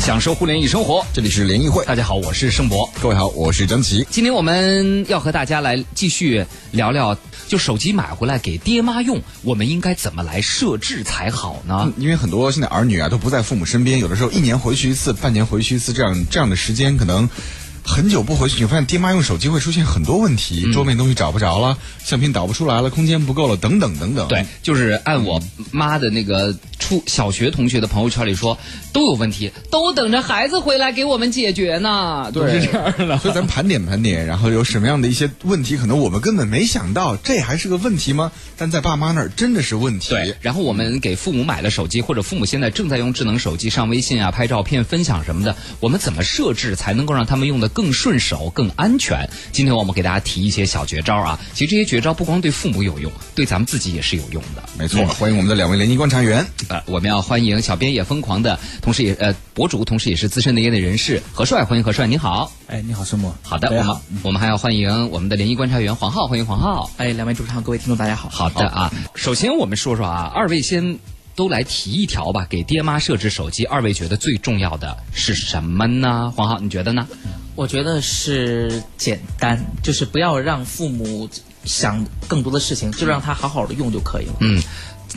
享受互联易生活。这里是联谊会，大家好，我是盛博。各位好，我是张琪。今天我们要和大家来继续聊聊，就手机买回来给爹妈用，我们应该怎么来设置才好呢？因为很多现在儿女啊都不在父母身边，有的时候一年回去一次，半年回去一次，这样这样的时间可能。很久不回去，你发现爹妈用手机会出现很多问题，桌面东西找不着了，相片导不出来了，空间不够了，等等等等。对，，就是按我妈的那个初小学同学的朋友圈里说，都有问题，都等着孩子回来给我们解决呢，都是这样的。 所以咱们盘点盘点，然后有什么样的一些问题，可能我们根本没想到，这还是个问题吗？但在爸妈那儿真的是问题。对，然后我们给父母买了手机，或者父母现在正在用智能手机上微信啊、拍照片、分享什么的，我们怎么设置才能够让他们用的更顺手、更安全？今天我们给大家提一些小绝招啊，其实这些绝招不光对父母有用，对咱们自己也是有用的。嗯没错，欢迎我们的两位联谊观察员。呃，我们要欢迎小编也疯狂的，同时也呃博主，同时也是资深的业内人士何帅，欢迎何帅，你好。哎，你好，孙博。好的，我大家们好。我们还要欢迎我们的联谊观察员黄浩，欢迎黄浩。哎，两位主唱，各位听众，大家好。好的啊，首先我们说说啊，二位先都来提一条吧，给爹妈设置手机，二位觉得最重要的是什么呢？黄浩，你觉得呢？我觉得是简单，就是不要让父母想更多的事情，就让他好好的用就可以了。嗯，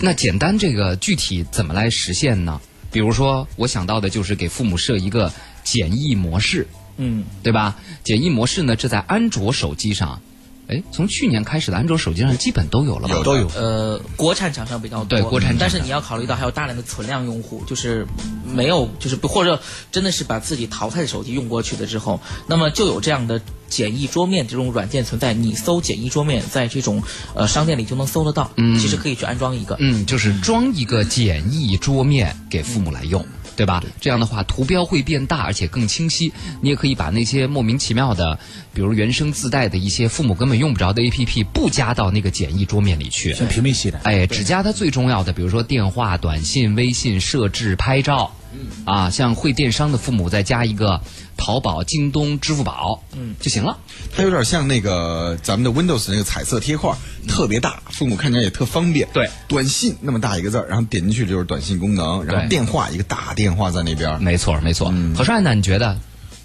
那简单这个具体怎么来实现呢？比如说，我想到的就是给父母设一个简易模式，嗯，对吧？简易模式呢，这在安卓手机上，哎，从去年开始的安卓手机上基本都有了吧？有的都有呃，国产厂商比较多，对国产厂商但是你要考虑到还有大量的存量用户，就是没有，就是不或者真的是把自己淘汰的手机用过去了之后，那么就有这样的简易桌面这种软件存在，你搜简易桌面，在这种呃商店里就能搜得到，嗯，其实可以去安装一个，嗯，就是装一个简易桌面给父母来用，对吧？这样的话，图标会变大，而且更清晰。你也可以把那些莫名其妙的，比如原生自带的一些父母根本用不着的 APP，不加到那个简易桌面里去。屏蔽系的。哎，只加它最重要的，比如说电话、短信、微信、设置、拍照，嗯啊，像会电商的父母再加一个淘宝、京东、支付宝，嗯，就行了。它有点像那个咱们的 Windows 那个彩色贴块，特别大，父母看起来也特方便。对，短信那么大一个字儿，然后点进去就是短信功能，然对嗯后电话一个大电话在那边儿。没错，没错。嗯何帅呢？你觉得？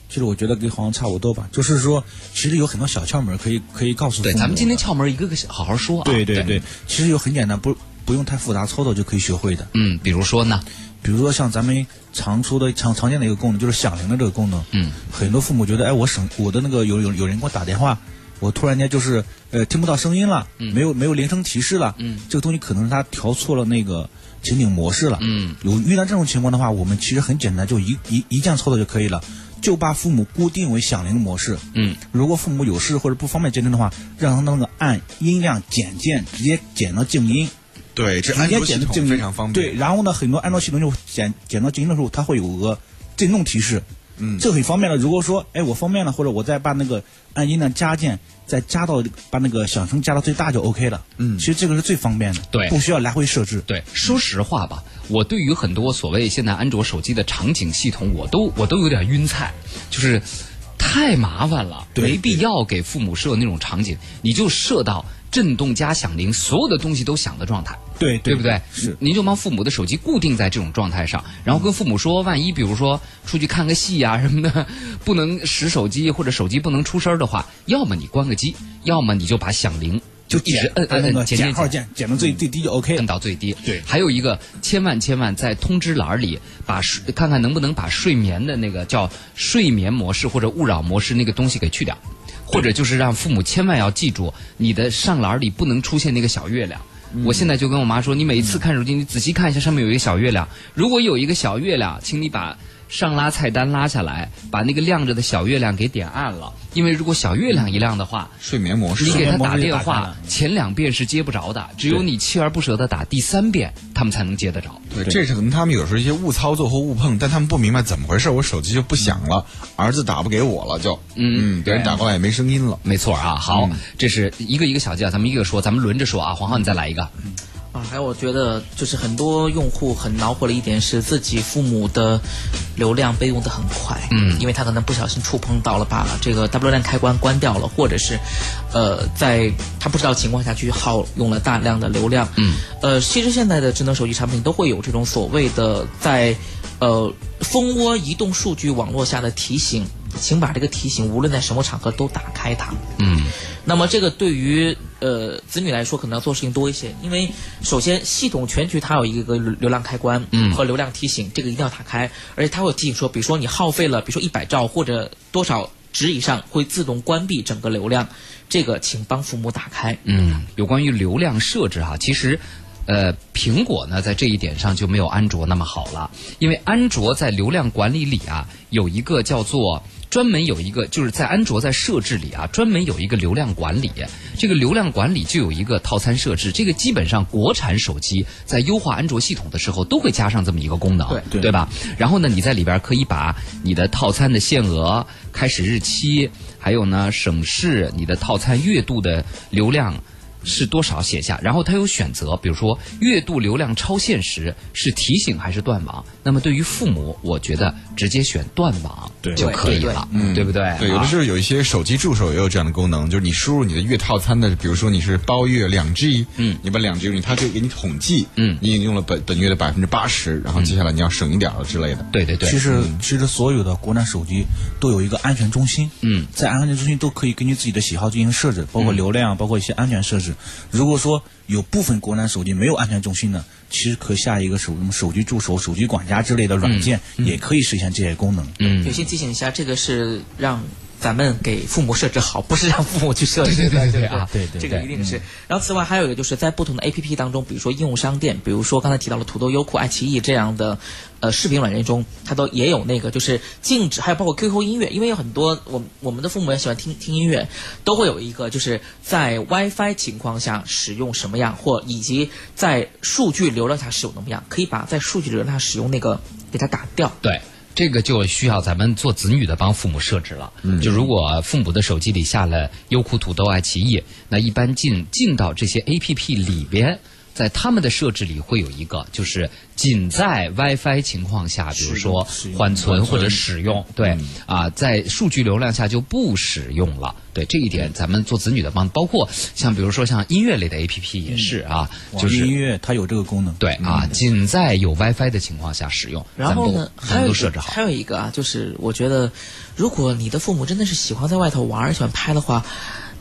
其实我觉得跟黄差不多吧，就是说，其实有很多小窍门可以可以告诉对，父母咱们今天的窍门一个个好好说啊。对对对，其实有很简单，不不用太复杂操作就可以学会的。嗯，比如说呢？比如说像咱们常出的常常见的一个功能就是响铃的这个功能，嗯，很多父母觉得，哎，我省我的那个有有有人给我打电话，我突然间就是呃听不到声音了，嗯没有没有铃声提示了，嗯，这个东西可能是他调错了那个情景模式了，嗯，有遇到这种情况的话，我们其实很简单，就一一一键操作就可以了。就把父母固定为响铃模式。嗯，如果父母有事或者不方便接听的话，让他那个按音量减键，直接减到静音。对，这直安接卓系点统静音非常方便。对，然后呢，很多安卓系统嗯就点点到静音的时候，它会有个震动提示，嗯，这很方便了。如果说，哎，我方便了，或者我再把那个按音量加键再加到把那个响声加到最大就 OK 了。嗯，其实这个是最方便的，对不需要来回设置。对，说实话吧，我对于很多所谓现在安卓手机的场景系统，我都我都有点晕菜，就是太麻烦了，对没必要给父母设那种场景，你就设到震动加响铃，所有的东西都响的状态。对对不对？是您就帮父母的手机固定在这种状态上，然后跟父母说，万一比如说出去看个戏啊什么的，不能使手机或者手机不能出声儿的话，要么你关个机，要么你就把响铃就一直减摁摁按那摁个减减减嗯号减。键减到最最低就 OK 摁了。到最低。对还有一个，千万千万在通知栏里把睡看看能不能把睡眠的那个叫睡眠模式或者勿扰模式那个东西给去掉，或者就是让父母千万要记住，你的上栏里不能出现那个小月亮。嗯我现在就跟我妈说，你每次看手机，你仔细看一下上面有一个小月亮。如果有一个小月亮，请你把上拉菜单拉下来，把那个亮着的小月亮给点暗了。因为如果小月亮一亮的话，睡眠模式你是给他跟打王菲电打开话了，前两遍是接不着的，只有对你锲而不舍的打第三遍，他们才能接得着。对，这是可能他们有时候一些误操作或误碰，但他们不明白怎么回事，我手机就不响了，儿子打不给我了，就嗯，别人打过来也没声音了。没错啊，好，这是一个一个小技巧，咱们一个一个说，咱们轮着说啊。黄浩，你再来一个。啊，还有我觉得就是很多用户很恼火的一点是自己父母的流量被用得很快，嗯，因为他可能不小心触碰到了罢了，这个大流量开关关掉了，或者是，呃，在他不知道情况下去耗用了大量的流量，嗯，呃，其实现在的智能手机产品都会有这种所谓的在。呃，蜂窝移动数据网络下的提醒，请把这个提醒无论在什么场合都打开它。嗯那么这个对于呃子女来说，可能要做事情多一些，因为首先系统全局它有一个流流量开关嗯和流量提醒，这个一定要打开，而且它会提醒说，比如说你耗费了，比如说一百兆或者多少值以上，会自动关闭整个流量，这个请帮父母打开。嗯，有关于流量设置哈，其实。呃，苹果呢，在这一点上就没有安卓那么好了，因为安卓在流量管理里啊，有一个叫做专门有一个，就是在安卓在设置里啊，专门有一个流量管理，这个流量管理就有一个套餐设置，这个基本上国产手机在优化安卓系统的时候都会加上这么一个功能，对对吧？然后呢，你在里边可以把你的套餐的限额、开始日期，还有呢省市、你的套餐月度的流量。是多少写下，然后它有选择，比如说月度流量超限时是提醒还是断网。那么对于父母，我觉得直接选断网对就可以对对了，对不对？对，有的啊时候有一些手机助手也有这样的功能，就是你输入你的月套餐的，比如说你是包月两 G，嗯，你把两 G 用你，它可以给你统计，嗯你已经用了本本月的百分之八十，然后接下来你要省一点了之类的。啊对对嗯对，其实，其实所有的国产手机都有一个安全中心，嗯，在安全中心都可以根据自己的喜好进行设置，包括流量，包括一些安全设置。如果说有部分国产手机没有安全中心呢，其实可以下一个手什么手机助手、手机管家之类的软件，也可以实现这些功能。嗯有，些提醒一下，这个是让咱们给父母设置好，不是让父母去设置对的，对对对对啊对对对这个一定是。然后此外还有一个就是在不同的 APP 当中，比如说应用商店，比如说刚才提到了土豆、优酷、爱奇艺这样的。呃，视频软件中，它都也有那个，就是禁止，还有包括 QQ 音乐，因为有很多我们我们的父母也喜欢听听音乐，都会有一个，就是在 WiFi 情况下使用什么样，或以及在数据流量下使用什么样，可以把在数据流量下使用那个给它打掉。对，这个就需要咱们做子女的帮父母设置了。嗯就如果父母的手机里下了优酷、土豆、爱奇艺，那一般进进到这些 A P P 里边。在他们的设置里会有一个，就是仅在 WiFi 情况下，比如说使用缓存或者使用，对嗯啊，在数据流量下就不使用了。对这一点，咱们做子女的帮，包括像比如说像音乐类的 A P 嗯 P 也是啊，就网易是音乐它有这个功能，嗯对啊，仅在有 WiFi 的情况下使用。然后呢，咱还们都咱们有都一设个置好。还有一个啊，就是我觉得，如果你的父母真的是喜欢在外头玩儿、喜欢拍的话，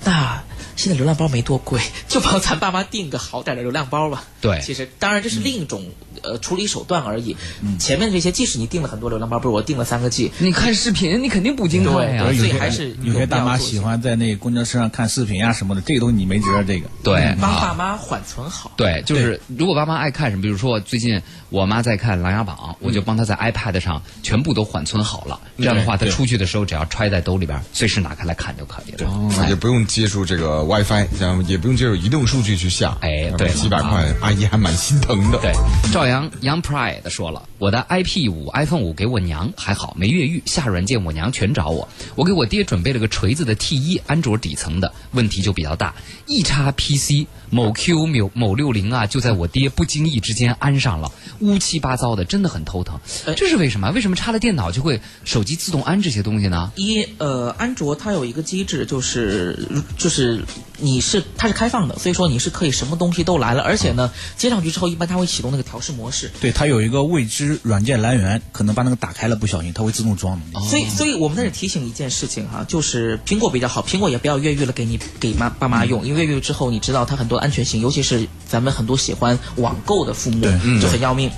那现在流量包没多贵，就帮咱爸妈订个好点儿的流量包吧。对嗯其实当然这是另一种、呃处理手段而已。前面这些，即使你订了很多流量包，比如我订了三个 G，你看视频，你肯定不精彩呀、对有所以些还是嗯啊有些大妈有必要做喜欢在那公交车上看视频啊什么的，这个东西你没觉得这个？对帮啊爸妈缓存好。对，就是如果爸妈爱看什么，比如说最近我妈在看《琅琊榜》，我就帮她在 iPad 上全部都缓存好了。这样的话，她对出去的时候只要揣在兜里边，随时拿开来看就可以了。也不用接触这个 WiFi，然后也不用接触移动数据去下，哎对几百啊块，阿姨还蛮心疼的。对，赵阳 Young Pride 说了，我的 iP 五 iPhone 五给我娘，还好没越狱，下软件我娘全找我。我给我爹准备了个锤子的 T 一，安卓底层的，问题就比较大。一叉 PC 某 Q 某某六零啊，就在我爹不经意之间安上了，乌七八糟的，真的很头疼。这是为什么？为什么插了电脑就会手机自动安这些东西呢？一呃，安卓它有一个机制，就是就是你是它是开放的，所以说你是可以什么东西都来了，而且呢，接上去之后，一般它会启动那个调试模式，对，它有一个未知软件来源，可能把那个打开了，不小心它会自动装的。所以，所以我们在这提醒一件事情哈、就是苹果比较好，苹果也不要越狱了，给你给妈爸妈用，因为越狱之后，你知道它很多安全性，尤其是咱们很多喜欢网购的父母对就很要命。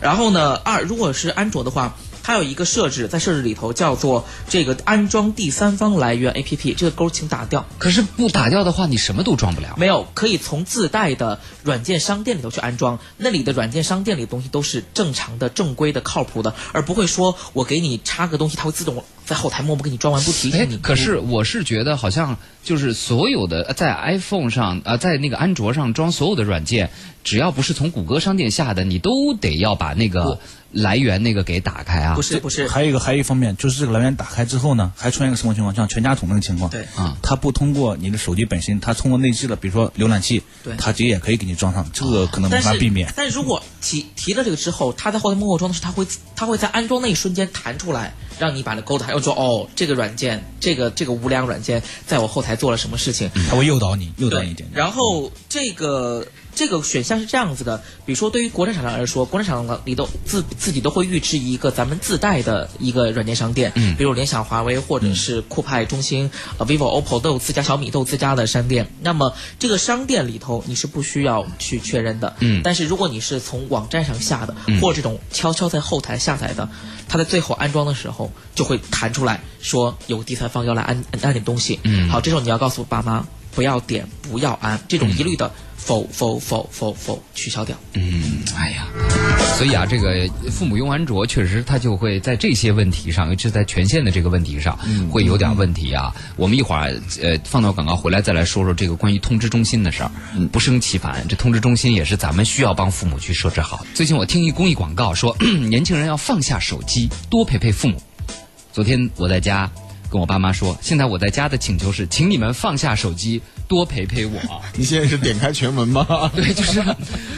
然后呢，二如果是安卓的话。它有一个设置，在设置里头叫做这个安装第三方来源 APP，这个勾请打掉。可是不打掉的话，你什么都装不了。没有，可以从自带的软件商店里头去安装，那里的软件商店里的东西都是正常的、正规的、靠谱的，而不会说我给你插个东西，它会自动在后台默默给你装完不提哎醒你。，嗯可是我是觉得，好像就是所有的呃在 iPhone 上啊、呃在那个安卓上装所有的软件，只要不是从谷歌商店下的，你都得要把那个来源那个给打开啊不。是不是，还有一个，还有一方面就是这个来源打开之后呢，还出现一个什么情况？像全家桶那个情况，对啊它不通过你的手机本身，它通过内置的，比如说浏览器，对它直接也可以给你装上，这个可能没但法是避免。但如果提提了这个之后，它在后台默默装的时候，它会它会在安装那一瞬间弹出来，让你把它勾打，又说哦，这个软件，这个这个无良软件在我后台做了什么事情，它会诱导你，诱导对，你一点。然后这个这个选项是这样子的，比如说对于国产厂商来说，国产厂商里都自自己都会预置一个咱们自带的一个软件商店，嗯，比如联想、华为或者是酷派、中兴、呃 vivo、OPPO 都有自家，小米都有自家的商店。那么这个商店里头你是不需要去确认的，嗯，但是如果你是从网站上下的，或者这种悄悄在后台下载的，它在最后安装的时候就会弹出来说有第三方要来安安点东西，嗯，好，这时候你要告诉爸妈。不要点，不要安，这种一律的否否否否否取消掉。嗯，哎呀，所以啊，这个父母用安卓，确实他就会在这些问题上，尤其是在权限的这个问题上，会有点问题啊。我们一会儿呃放到广告回来再来说说这个关于通知中心的事儿，不胜其烦。这通知中心也是咱们需要帮父母去设置好的。最近我听一公益广告说， 年轻人要放下手机，多陪陪父母。昨天我在家跟我爸妈说，现在我在家的请求是，请你们放下手机，多陪陪我。你现在是点开全文 吗？对，就是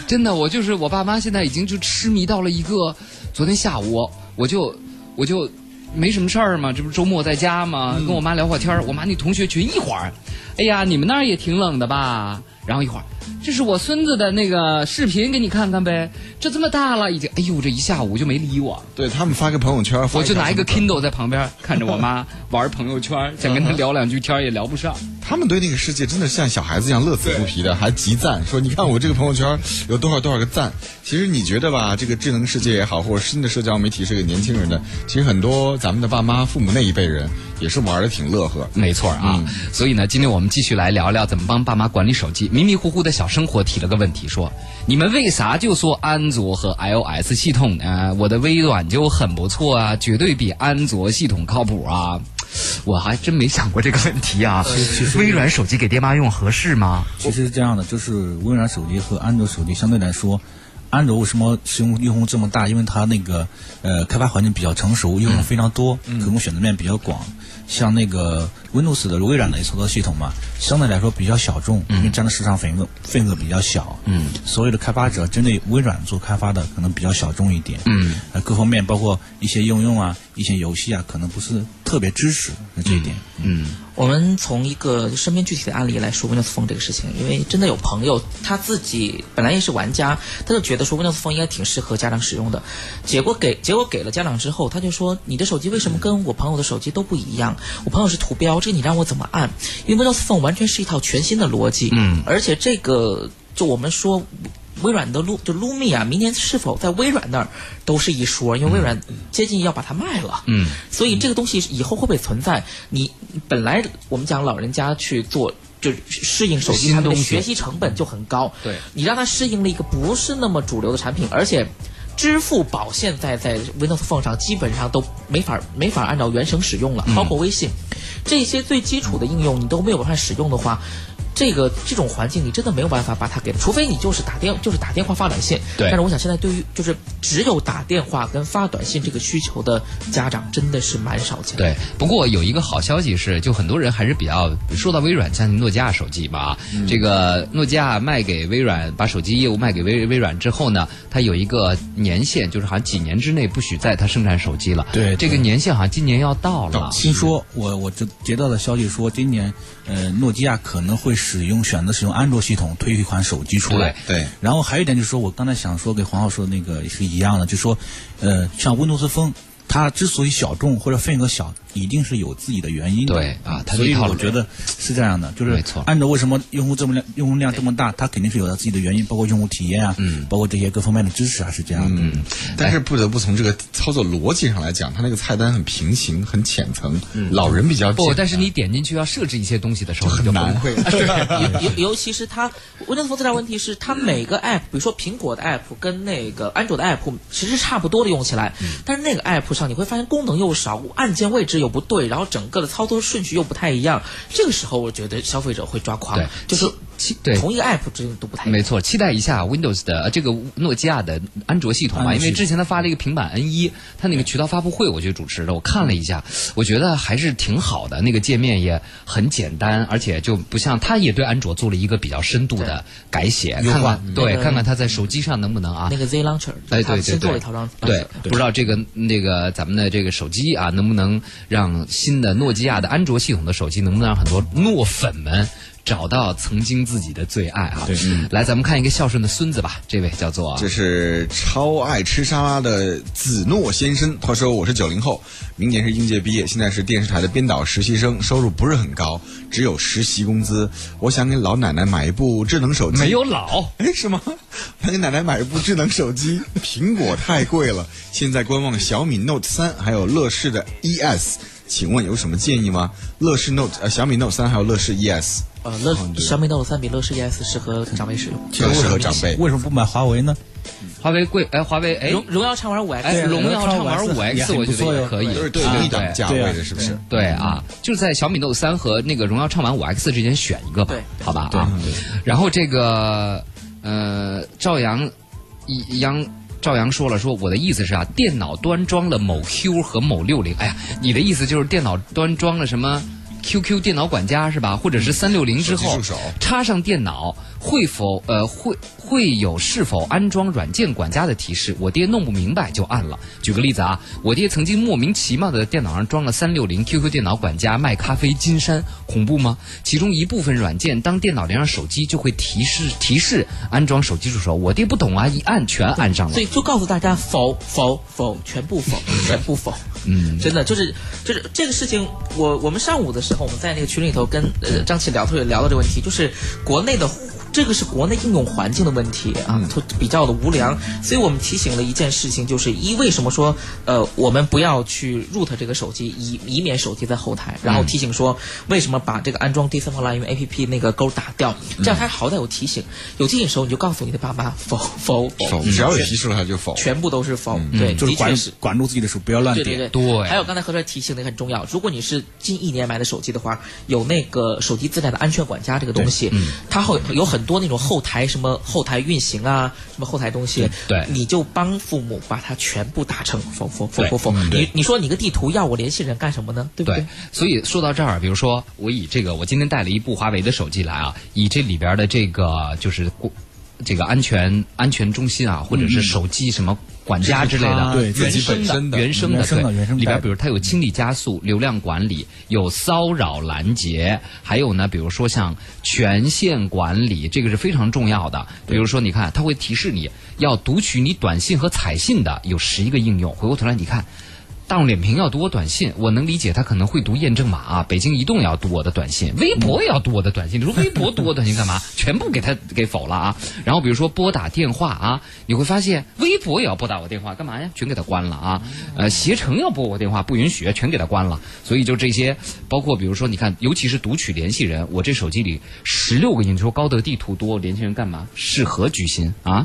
真的，我就是我爸妈现在已经就痴迷到了一个，昨天下午我我就我就没什么事儿嘛，这不是周末在家嘛，跟我妈聊会儿天儿，我妈那同学群一会儿，哎呀，你们那儿也挺冷的吧？然后一会儿，这是我孙子的那个视频，给你看看呗。这这么大了，已经，哎呦，这一下午就没理我。对他们发个朋友圈，发我就拿一个条什么嗯 Kindle 在旁边看着我妈玩朋友圈，想跟她聊两句天儿也聊不上。他们对那个世界真的像小孩子一样乐此不疲的，还集赞说：“你看我这个朋友圈有多少多少个赞。”其实你觉得吧，这个智能世界也好，或者新的社交媒体是给年轻人的，其实很多咱们的爸妈、父母那一辈人也是玩的挺乐呵。没错儿啊。所以呢，今天我们继续来聊聊怎么帮爸妈管理手机。迷迷糊糊的小生活提了个问题，说你们为啥就说安卓和 iOS 系统呢？我的微软就很不错啊，绝对比安卓系统靠谱啊。我还真没想过这个问题啊。微软手机给爹妈用合适吗？其实是这样的，就是微软手机和安卓手机相对来说，安卓为什么使用用户这么大？因为它那个呃开发环境比较成熟，应用非常多，嗯可供选择面比较广。像那个 Windows 的微软的操作系统嘛，相对来说比较小众，因为占的市场份额份额比较小。嗯，所有的开发者针对微软做开发的可能比较小众一点。嗯，呃，各方面包括一些应用啊、一些游戏啊，可能不是特别支持这一点。嗯我们从一个身边具体的案例来说 Windows Phone 这个事情，因为真的有朋友他自己本来也是玩家，他就觉得说 Windows Phone 应该挺适合家长使用的，结果给结果给了家长之后，他就说你的手机为什么跟我朋友的手机都不一样？我朋友是图标，这个你让我怎么按？因为 Windows Phone 完全是一套全新的逻辑，嗯，而且这个就我们说。微软的路就 Lumia 明年是否在微软那儿都是一说，因为微软接近要把它卖了，嗯，所以这个东西以后会不会存在？你本来我们讲老人家去做。就是适应手机，新他们的东西学习成本就很高。对你让他适应了一个不是那么主流的产品，而且支付宝现在在 Windows Phone 上基本上都没法没法按照原生使用了，嗯包括微信、这些最基础的应用你都没有办法使用的话。这个这种环境，你真的没有办法把它给，除非你就是打电，就是打电话发短信。对但是我想，现在对于就是只有打电话跟发短信这个需求的家长，真的是蛮少见的。对，不过有一个好消息是，就很多人还是比较说到微软，像诺基亚手机吧，啊这个诺基亚卖给微软，把手机业务卖给微微软之后呢，它有一个年限，就是好像几年之内不许再它生产手机了。对对这个年限好像今年要到了。听啊说我我就接到的消息说，今年呃，诺基亚可能会使用选择使用安卓系统推一款手机出来。对对然后还有一点就是说，我刚才想说给黄浩说的那个也是一样的，就说呃，像 Windows Phone，它之所以小众或者份额小，一定是有自己的原因的。对啊它这所以套我路觉得是这样的，就是没错安卓为什么用户这么量用户量这么大，它肯定是有它自己的原因，包括用户体验啊，嗯，包括这些各方面的支持啊，是这样的。嗯。但是不得不从这个操作逻辑上来讲，它那个菜单很平行、很浅层，老人比较不，简但是你点进去要设置一些东西的时候，很难会。尤尤尤其是它 Windows Phone 最大问题是，它每个 App，比如说苹果的 App 跟那个安卓的 App 其实差不多的用起来，嗯但是那个 App 上你会发现功能又少，按键位置又不对，然后整个的操作顺序又不太一样。这个时候，我觉得消费者会抓狂对，啊就是其其对同一个 App 之间都不太一没样。错，期待一下 Windows 的呃这个诺基亚的安卓系统吧，安卓因系为统之前他发了一个平板 N 一，他那个渠道发布会我去主持的，我看了一下，嗯我觉得还是挺好的，那个界面也很简单，而且就不像他也对安卓做了一个比较深度的改写，优看化看对，嗯看看他在手机上能不能啊那。个 Z Launcher，哎，它对对新做了对一套 launcher，，对，不知道这个那个咱们的这个手机啊，能不能让新的诺基亚的安卓系统的手机，能不能让很多诺粉们找到曾经自己的最爱啊。对嗯来，咱们看一个孝顺的孙子吧，这位叫做这是超爱吃沙拉的子诺先生，他说我是九零后，明年是应届毕业，现在是电视台的编导实习生，收入不是很高，只有实习工资。我想给老奶奶买一部智能手机，没有老。 哎，什么？他给奶奶买一部智能手机，苹果太贵了，现在观望小米 Note 三，还有乐视的 ES。请问有什么建议吗？乐视 Note 呃小米 Note 三还有乐视 E ES 呃，乐小米 Note 三比乐视 ES 适合长辈使用。更适合长辈。为什么不买华为呢？华为贵，哎，华为哎，荣荣耀畅玩五 X，哎，荣耀畅玩五 5X 也 X，很我觉不错得也哟可以，就是对啊应一档价位的，是不是？对啊，嗯就是在小米 Note 三和那个荣耀畅玩五 X 之间选一个吧对，好吧啊。嗯然后这个呃，赵阳一杨。赵阳说了说，我的意思是啊，电脑端装了某 Q 和某六零。哎呀，你的意思就是电脑端装了什么 QQ 电脑管家是吧？或者是三六零之后手机助手插上电脑会否呃会会有是否安装软件管家的提示？我爹弄不明白就按了。举个例子啊，我爹曾经莫名其妙的在电脑上装了三六零 QQ 电脑管家、卖咖啡、金山，恐怖吗？其中一部分软件当电脑连上手机就会提示提示安装手机助手，我爹不懂啊，一按全按上了所。以就告诉大家否否否，全部否，全部否。嗯，真的就是就是这个事情，我我们上午的时候，我们在那个群里头跟呃张琪聊，特别聊到这个问题，就是国内的。这个是国内应用环境的问题啊，都比较的无良，所以我们提醒了一件事情，就是一为什么说呃我们不要去 root 这个手机，以以免手机在后台，然后提醒说为什么把这个安装第三方来源 APP 那个勾打掉，这样它好歹有提醒，有提醒的时候你就告诉你的爸妈否否否，嗯只要有提示了，它就否。全部都是否，对，嗯就嗯的是确管是。管住自己的手，不要乱对点。对对对还有刚才何帅提醒的很重要，如果你是近一年买的手机的话，有那个手机自带的安全管家这个东西，嗯它会有很多那种后台什么后台运行啊，什么后台东西，对对你就帮父母把它全部打成否否否对否否，对你你说你个地图要我联系人干什么呢？对不对，所以说到这儿，比如说我以这个，我今天带了一部华为的手机来啊，以这里边的这个就是过这个安全安全中心啊，或者是手机什么管家之类的，啊对自原己生本身的的原生的原生的对原生带里边，比如它有清理加速、流量管理、有骚扰拦截，还有呢，比如说像权限管理，这个是非常重要的。比如说，你看它会提示你要读取你短信和彩信的有十一个应用，回过头来你看。大众点评要读我短信，我能理解他可能会读验证码啊。北京移动也要读我的短信，微博也要读我的短信。你说微博读我短信干嘛？ 全部给他给否了啊。然后比如说拨打电话啊，你会发现微博也要拨打我电话，干嘛呀？全给他关了啊。呃，携程要拨我电话不允许，全给他关了。所以就这些，包括比如说你看，尤其是读取联系人，我这手机里十六个应用，你说高德地图读我联系人干嘛？是何居心啊？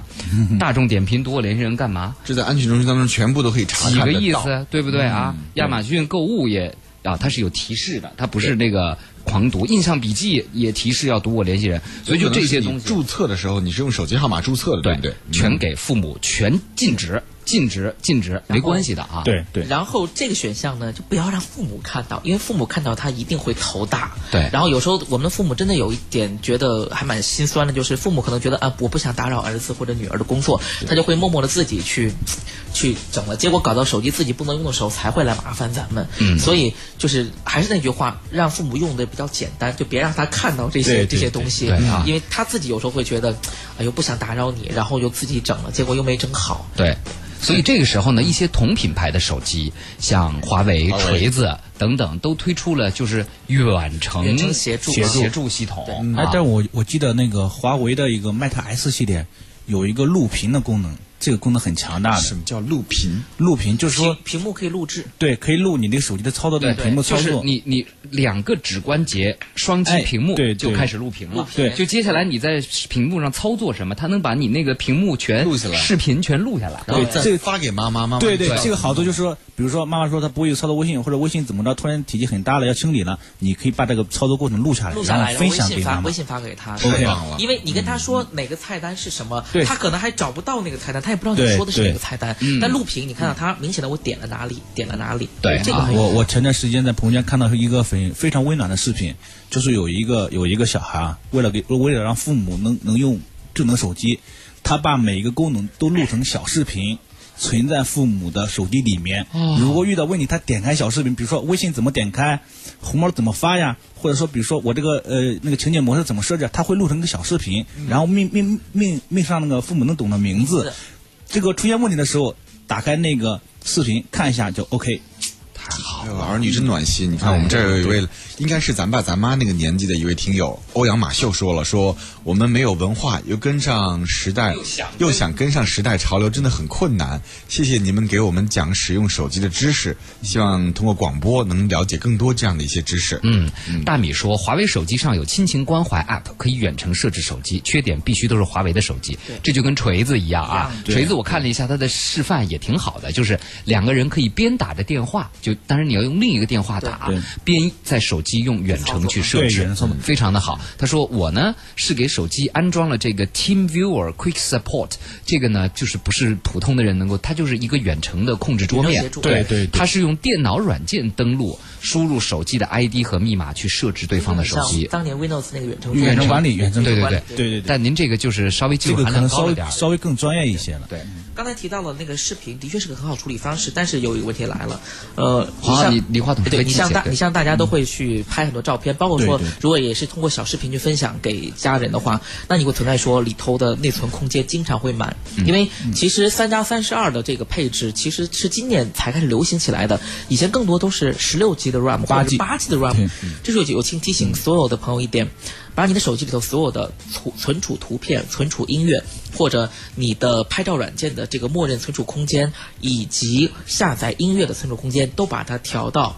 大众点评读我联系人干嘛？这在安全中心当中全部都可以查几看个得意到。思，对不对啊？嗯亚马逊购物也啊，它是有提示的，它不是那个狂读。印象笔记也提示要读我联系人，所以就这些东嗯西，注册的时候你是用手机号码注册的，对不对？嗯全给父母，全禁止，禁止，禁止，没关系的啊。对对然后这个选项呢，就不要让父母看到，因为父母看到他一定会头大。对然后有时候我们的父母真的有一点觉得还蛮心酸的，就是父母可能觉得啊，我不想打扰儿子或者女儿的工作，他就会默默的自己去去整了，结果搞到手机自己不能用的时候，才会来麻烦咱们。嗯，所以就是还是那句话，让父母用的比较简单，就别让他看到这些对对这些东西，对对啊因为他自己有时候会觉得，哎呦不想打扰你，然后又自己整了，结果又没整好。对，所以这个时候呢，一些同品牌的手机，像华为、华为锤子等等，都推出了就是远程远程协助协啊协助系统对。啊哎，但我我记得那个华为的一个 Mate S 系列有一个录屏的功能，这个功能很强大什的。么叫录屏？录屏就是屏说，屏幕可以录制。对，可以录你那个手机的操作那个对屏幕操就是作。你你两个指关节双击哎屏幕对对就开始录屏了，对就接下来你在屏幕上操作什么，它能把你那个屏幕全录下来视频全录下来。然后对这再个发给妈妈，妈妈对对就知，道这个好处就是说，比如说妈妈说她不会操作微信，或者微信怎么着突然体积很大了要清理了，你可以把这个操作过程录下来，录下来，然微后分享信给发妈妈微。信发给他。 OK 太棒了因为你跟他说哪个菜单是什么对，他可能还找不到那个菜单，他也不知道你对说的是哪个对嗯菜单。但录屏，你看到他明显的我点了哪里，点了哪里，对这个啊很我我前段时间在朋友圈看到一个非非常温暖的视频，就是有一个有一个小孩啊，为了给为了让父母能能用智能手机，他把每一个功能都录成小视频，存在父母的手机里面。哦如果遇到问题，他点开小视频，比如说微信怎么点开，红包怎么发呀，或者说比如说我这个呃那个情景模式怎么设置，他会录成一个小视频，然后命命命命上那个父母能懂的名字嗯是。这个出现问题的时候，打开那个视频看一下就 OK。太好了，哎呦儿女真暖心！你看，哎我们这儿有一位，应该是咱爸咱妈那个年纪的一位听友欧阳马秀说了，说我们没有文化，又跟上时代，又想又想跟上时代潮流，真的很困难。谢谢你们给我们讲使用手机的知识，希望通过广播能了解更多这样的一些知识。嗯，嗯，大米说，华为手机上有亲情关怀 App，可以远程设置手机，缺点必须都是华为的手机。这就跟锤子一样啊，锤子我看了一下它的示范也挺好的，就是两个人可以边打着电话，就当然你要用另一个电话打对对，边在手机用远程去设对置远程操作，非常的好。他说我呢是给手机安装了这个 Team Viewer Quick Support，这个呢就是不是普通的人能够，它就是一个远程的控制桌远面程协，助对哎对它是用电脑软件登录，输入手机的 ID 和密码去设置对方的手机像。当年 Windows 那个远程远程管理，远程对对管理对对对对，但您这个就是稍微技这术个含可量能高稍了微点儿。稍微更专业一些了。对，刚才提到了那个视频，的确是个很好处理方式，但是有一个问题来了，呃，好像你你话筒对，推你进一像些大对你像大家都会去拍很多照片，包括说对对如果也是通过小视频去分享给家人的话，那你会存在说里头的内存空间经常会满，因为其实三加三十二的这个配置其实是今年才开始流行起来的，以前更多都是十六 G 的 RAM 或者是 8G 八 G 的 RAM，对这时候就有请提醒所有的朋友一点。把你的手机里头所有的存存储图片、存储音乐，或者你的拍照软件的这个默认存储空间，以及下载音乐的存储空间，都把它调到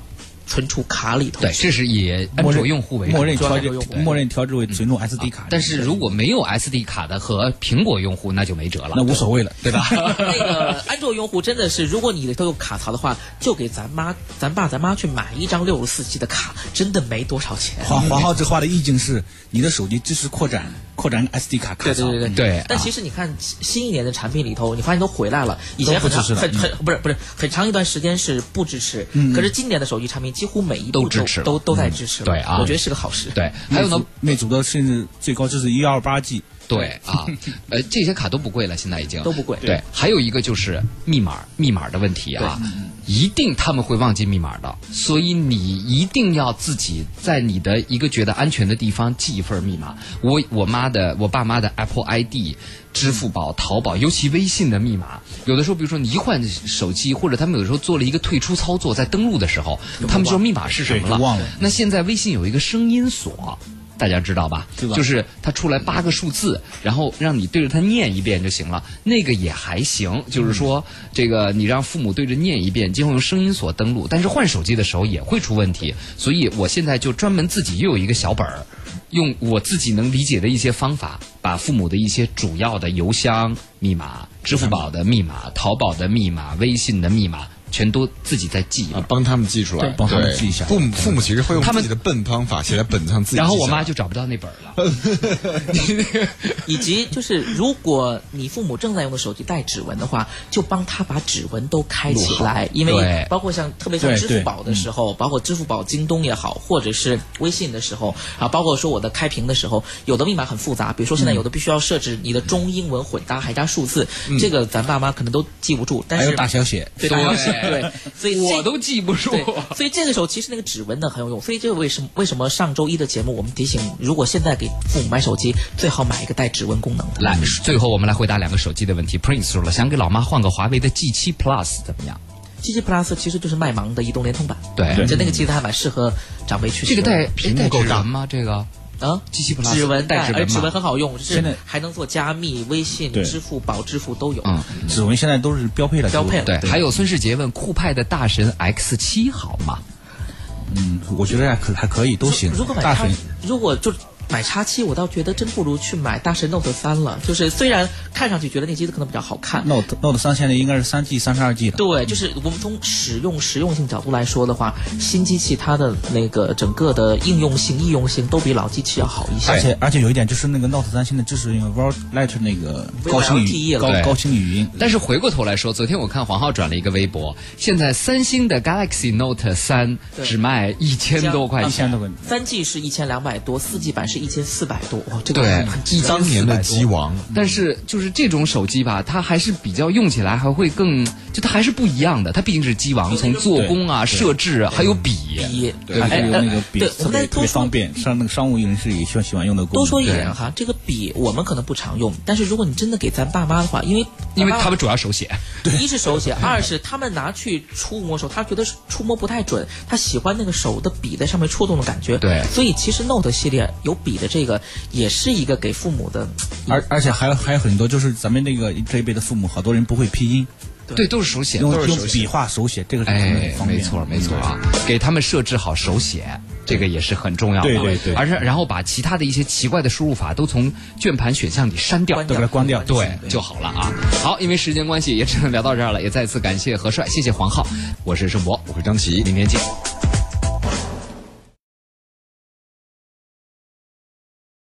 存储卡里头去。对，这是以安默卓认用户为主默认调专业节用户，默认调制为存储 SD 卡。但是如果没有 SD 卡的和苹果用户，那就没辙了。那无所谓了，对吧？那个哎安卓用户真的是，如果你里头有卡槽的话，就给咱妈、咱爸、咱妈去买一张六十四 G 的卡，真的没多少钱。华华浩这话的意境是，你的手机支持扩展扩展 SD 卡卡槽。对对对对但啊其实你看新一年的产品里头，你发现都回来了。以前都不很长支持了很嗯很不是不是很长一段时间是不支持，可是今年的手机产品几乎每一步都支持了都都在支持了。对啊我觉得是个好事。对，还有呢，内组，内组的甚至最高就是一二八 G。对啊，呃，这些卡都不贵了，现在已经都不贵对，还有一个就是密码，密码的问题啊，嗯一定他们会忘记密码的，所以你一定要自己在你的一个觉得安全的地方记一份密码。我我妈的，我爸妈的 Apple ID。支付宝、淘宝，尤其微信的密码，有的时候，比如说你一换手机，或者他们有的时候做了一个退出操作，在登录的时候，他们就说密码是什么对了，就忘了那现在微信有一个声音锁，大家知道吧？知道就是它出来八个数字，然后让你对着它念一遍就行了。那个也还行，就是说、这个你让父母对着念一遍，今后用声音锁登录。但是换手机的时候也会出问题，所以我现在就专门自己又有一个小本儿。用我自己能理解的一些方法，把父母的一些主要的邮箱密码、支付宝的密码、淘宝的密码、微信的密码，全都自己再记一遍啊，帮他们记出来，帮他们对记一下父母父母其实会用他自们己的笨方法写在本子上自己记下然来。后我妈就找不到那本儿 了。以及就是，如果你父母正在用的手机带指纹的话，就帮他把指纹都开起来，因为对包括像特别像对嗯支付宝的时候，包括支付宝、京东也好，或者是微信的时候啊，包括说我的开屏的时候，有的密码很复杂，比如说嗯现在有的必须要设置你的中英文混搭，还加数字，这个咱爸妈可能都记不住，但嗯还是有大小写，对大小写 对，所以这我都记不住。对，所以这个时候其实那个指纹呢很有用，所以这个为什么为什么上周一的节目我们提醒，如果现在给父母买手机，最好买一个带指纹功能的。来，最后我们来回答两个手机的问题。Prince 说了，想给老妈换个华为的 G7 Plus 怎么样？ G G Plus 其实就是麦芒的移动联通版，对就那个其实还蛮适合长辈去这使个用的。带屏幕够带指大纹吗？这个啊。 G7 Plus 指纹带带，指而纹指纹吗？很好用，就是现在还能做加密，微信、对支付宝、支付都有。嗯指纹现在都是标配了。标配了对，还有孙世杰问酷派的大神 X 7好吗？嗯，我觉得还可还可以，都行。如果买大叉神，，如果就买叉七，我倒觉得真不如去买大神 Note 三了。就是虽然看上去觉得那机子可能比较好看， Note Note 三现在应该是三 G、三十二 G 的。对，就是我们从使用实用性角度来说的话，新机器它的那个整个的应用性、易用性都比老机器要好一些。而且而且有一点就是那个 Note 三现在支持那个 v o l t Lite 那个高清 VoLTE 语了高对高清语音。但是回过头来说，昨天我看黄浩转了一个微博，现在三星的 Galaxy Note 三对只卖一千多块一钱，千多个，嗯三 G 是一千两百多，四 G 版是一千四百多，哇，这个对很值一得当年的400多机王，但是就是这种手机吧，它还是比较用起来还会更，就它还是不一样的。它毕竟是机王，从做工啊、设置啊还有笔，笔对，还有那个哎笔对，我特们再别特多说别方便，上那个商务人士也喜欢喜欢用的功能。多说一对点哈，这个笔我们可能不常用，但是如果你真的给咱爸妈的话，因为因为咱爸他妈们主要手写。一是手写，二是他们拿去触摸的时候，他觉得触摸不太准，他喜欢那个手的笔在上面戳动的感觉。对所以其实 Note 系列有笔的这个也是一个给父母的，而而且还有还有很多，就是咱们那个这一辈的父母，好多人不会拼音，对，都是手写。用都是用手写笔画手写，这个是真的嗯很哎，方便。没错，没错啊！给他们设置好手写，这个也是很重要的。对对对而且然后把其他的一些奇怪的输入法都从键盘选项里删掉，关都给它关掉。对，就好了啊。好，因为时间关系，也只能聊到这儿了。也再次感谢何帅，谢谢黄浩，我是盛博，我是张琪。明天见。